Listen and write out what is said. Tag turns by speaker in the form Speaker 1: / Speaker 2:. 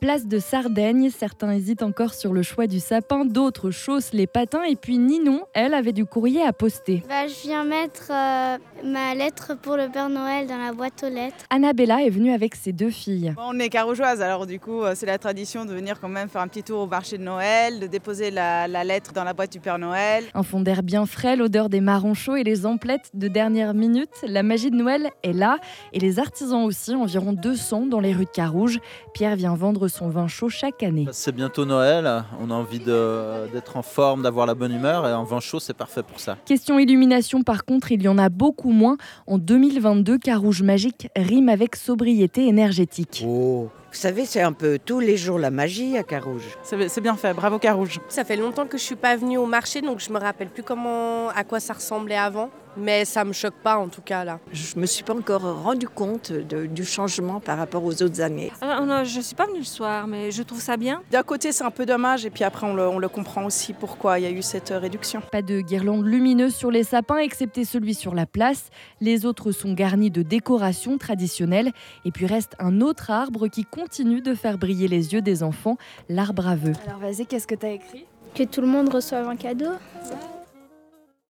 Speaker 1: place de Sardaigne. Certains hésitent encore sur le choix du sapin, d'autres chaussent les patins. Et puis Ninon, elle, avait du courrier à poster.
Speaker 2: Bah, je viens mettre euh, ma lettre pour le Père Noël dans la boîte aux lettres.
Speaker 1: Annabella est venue avec ses deux filles.
Speaker 3: Bon, on est carougeoise, alors du coup, euh, c'est la tradition de venir quand même faire un petit tour au marché de Noël, de déposer la, la lettre dans la boîte du Père Noël.
Speaker 1: Un fond d'air bien frais, l'odeur des marrons chauds et les emplettes de dernière minute. La magie de Noël est là et les artisans aussi, environ 200 dans les rues de Carouge. Pierre vient vendre son vin chaud chaque année.
Speaker 4: Bah, C'est bientôt Noël, on a envie de- d'être en forme, d'avoir la bonne humeur et un vin chaud c'est parfait pour ça.
Speaker 1: Question illumination, par contre, il y en a beaucoup moins. En 2022, Carouge Magique rime avec sobriété énergétique.
Speaker 5: Oh, vous savez, c'est un peu tous les jours la magie à Carouge.
Speaker 3: C'est c'est bien fait, bravo Carouge.
Speaker 6: Ça fait longtemps que je suis pas venue au marché, donc je me rappelle plus comment, à quoi ça ressemblait avant. Mais ça me choque pas en tout cas là.
Speaker 7: Je me suis pas encore rendu compte de- du changement par rapport aux autres années.
Speaker 8: Alors, Ah non, je suis pas venue le soir, mais je trouve ça bien.
Speaker 9: D'un côté, c'est un peu dommage, et puis après, on le, on le comprend aussi pourquoi il y a eu cette euh, réduction.
Speaker 1: Pas de guirlande lumineuse sur les sapins, excepté celui sur la place. Les autres sont garnis de décorations traditionnelles. Et puis reste un autre arbre qui continue de faire briller les yeux des enfants, l'arbre à vœux.
Speaker 10: Alors vas-y, qu'est-ce que t'as écrit
Speaker 2: Que tout le monde reçoive un cadeau.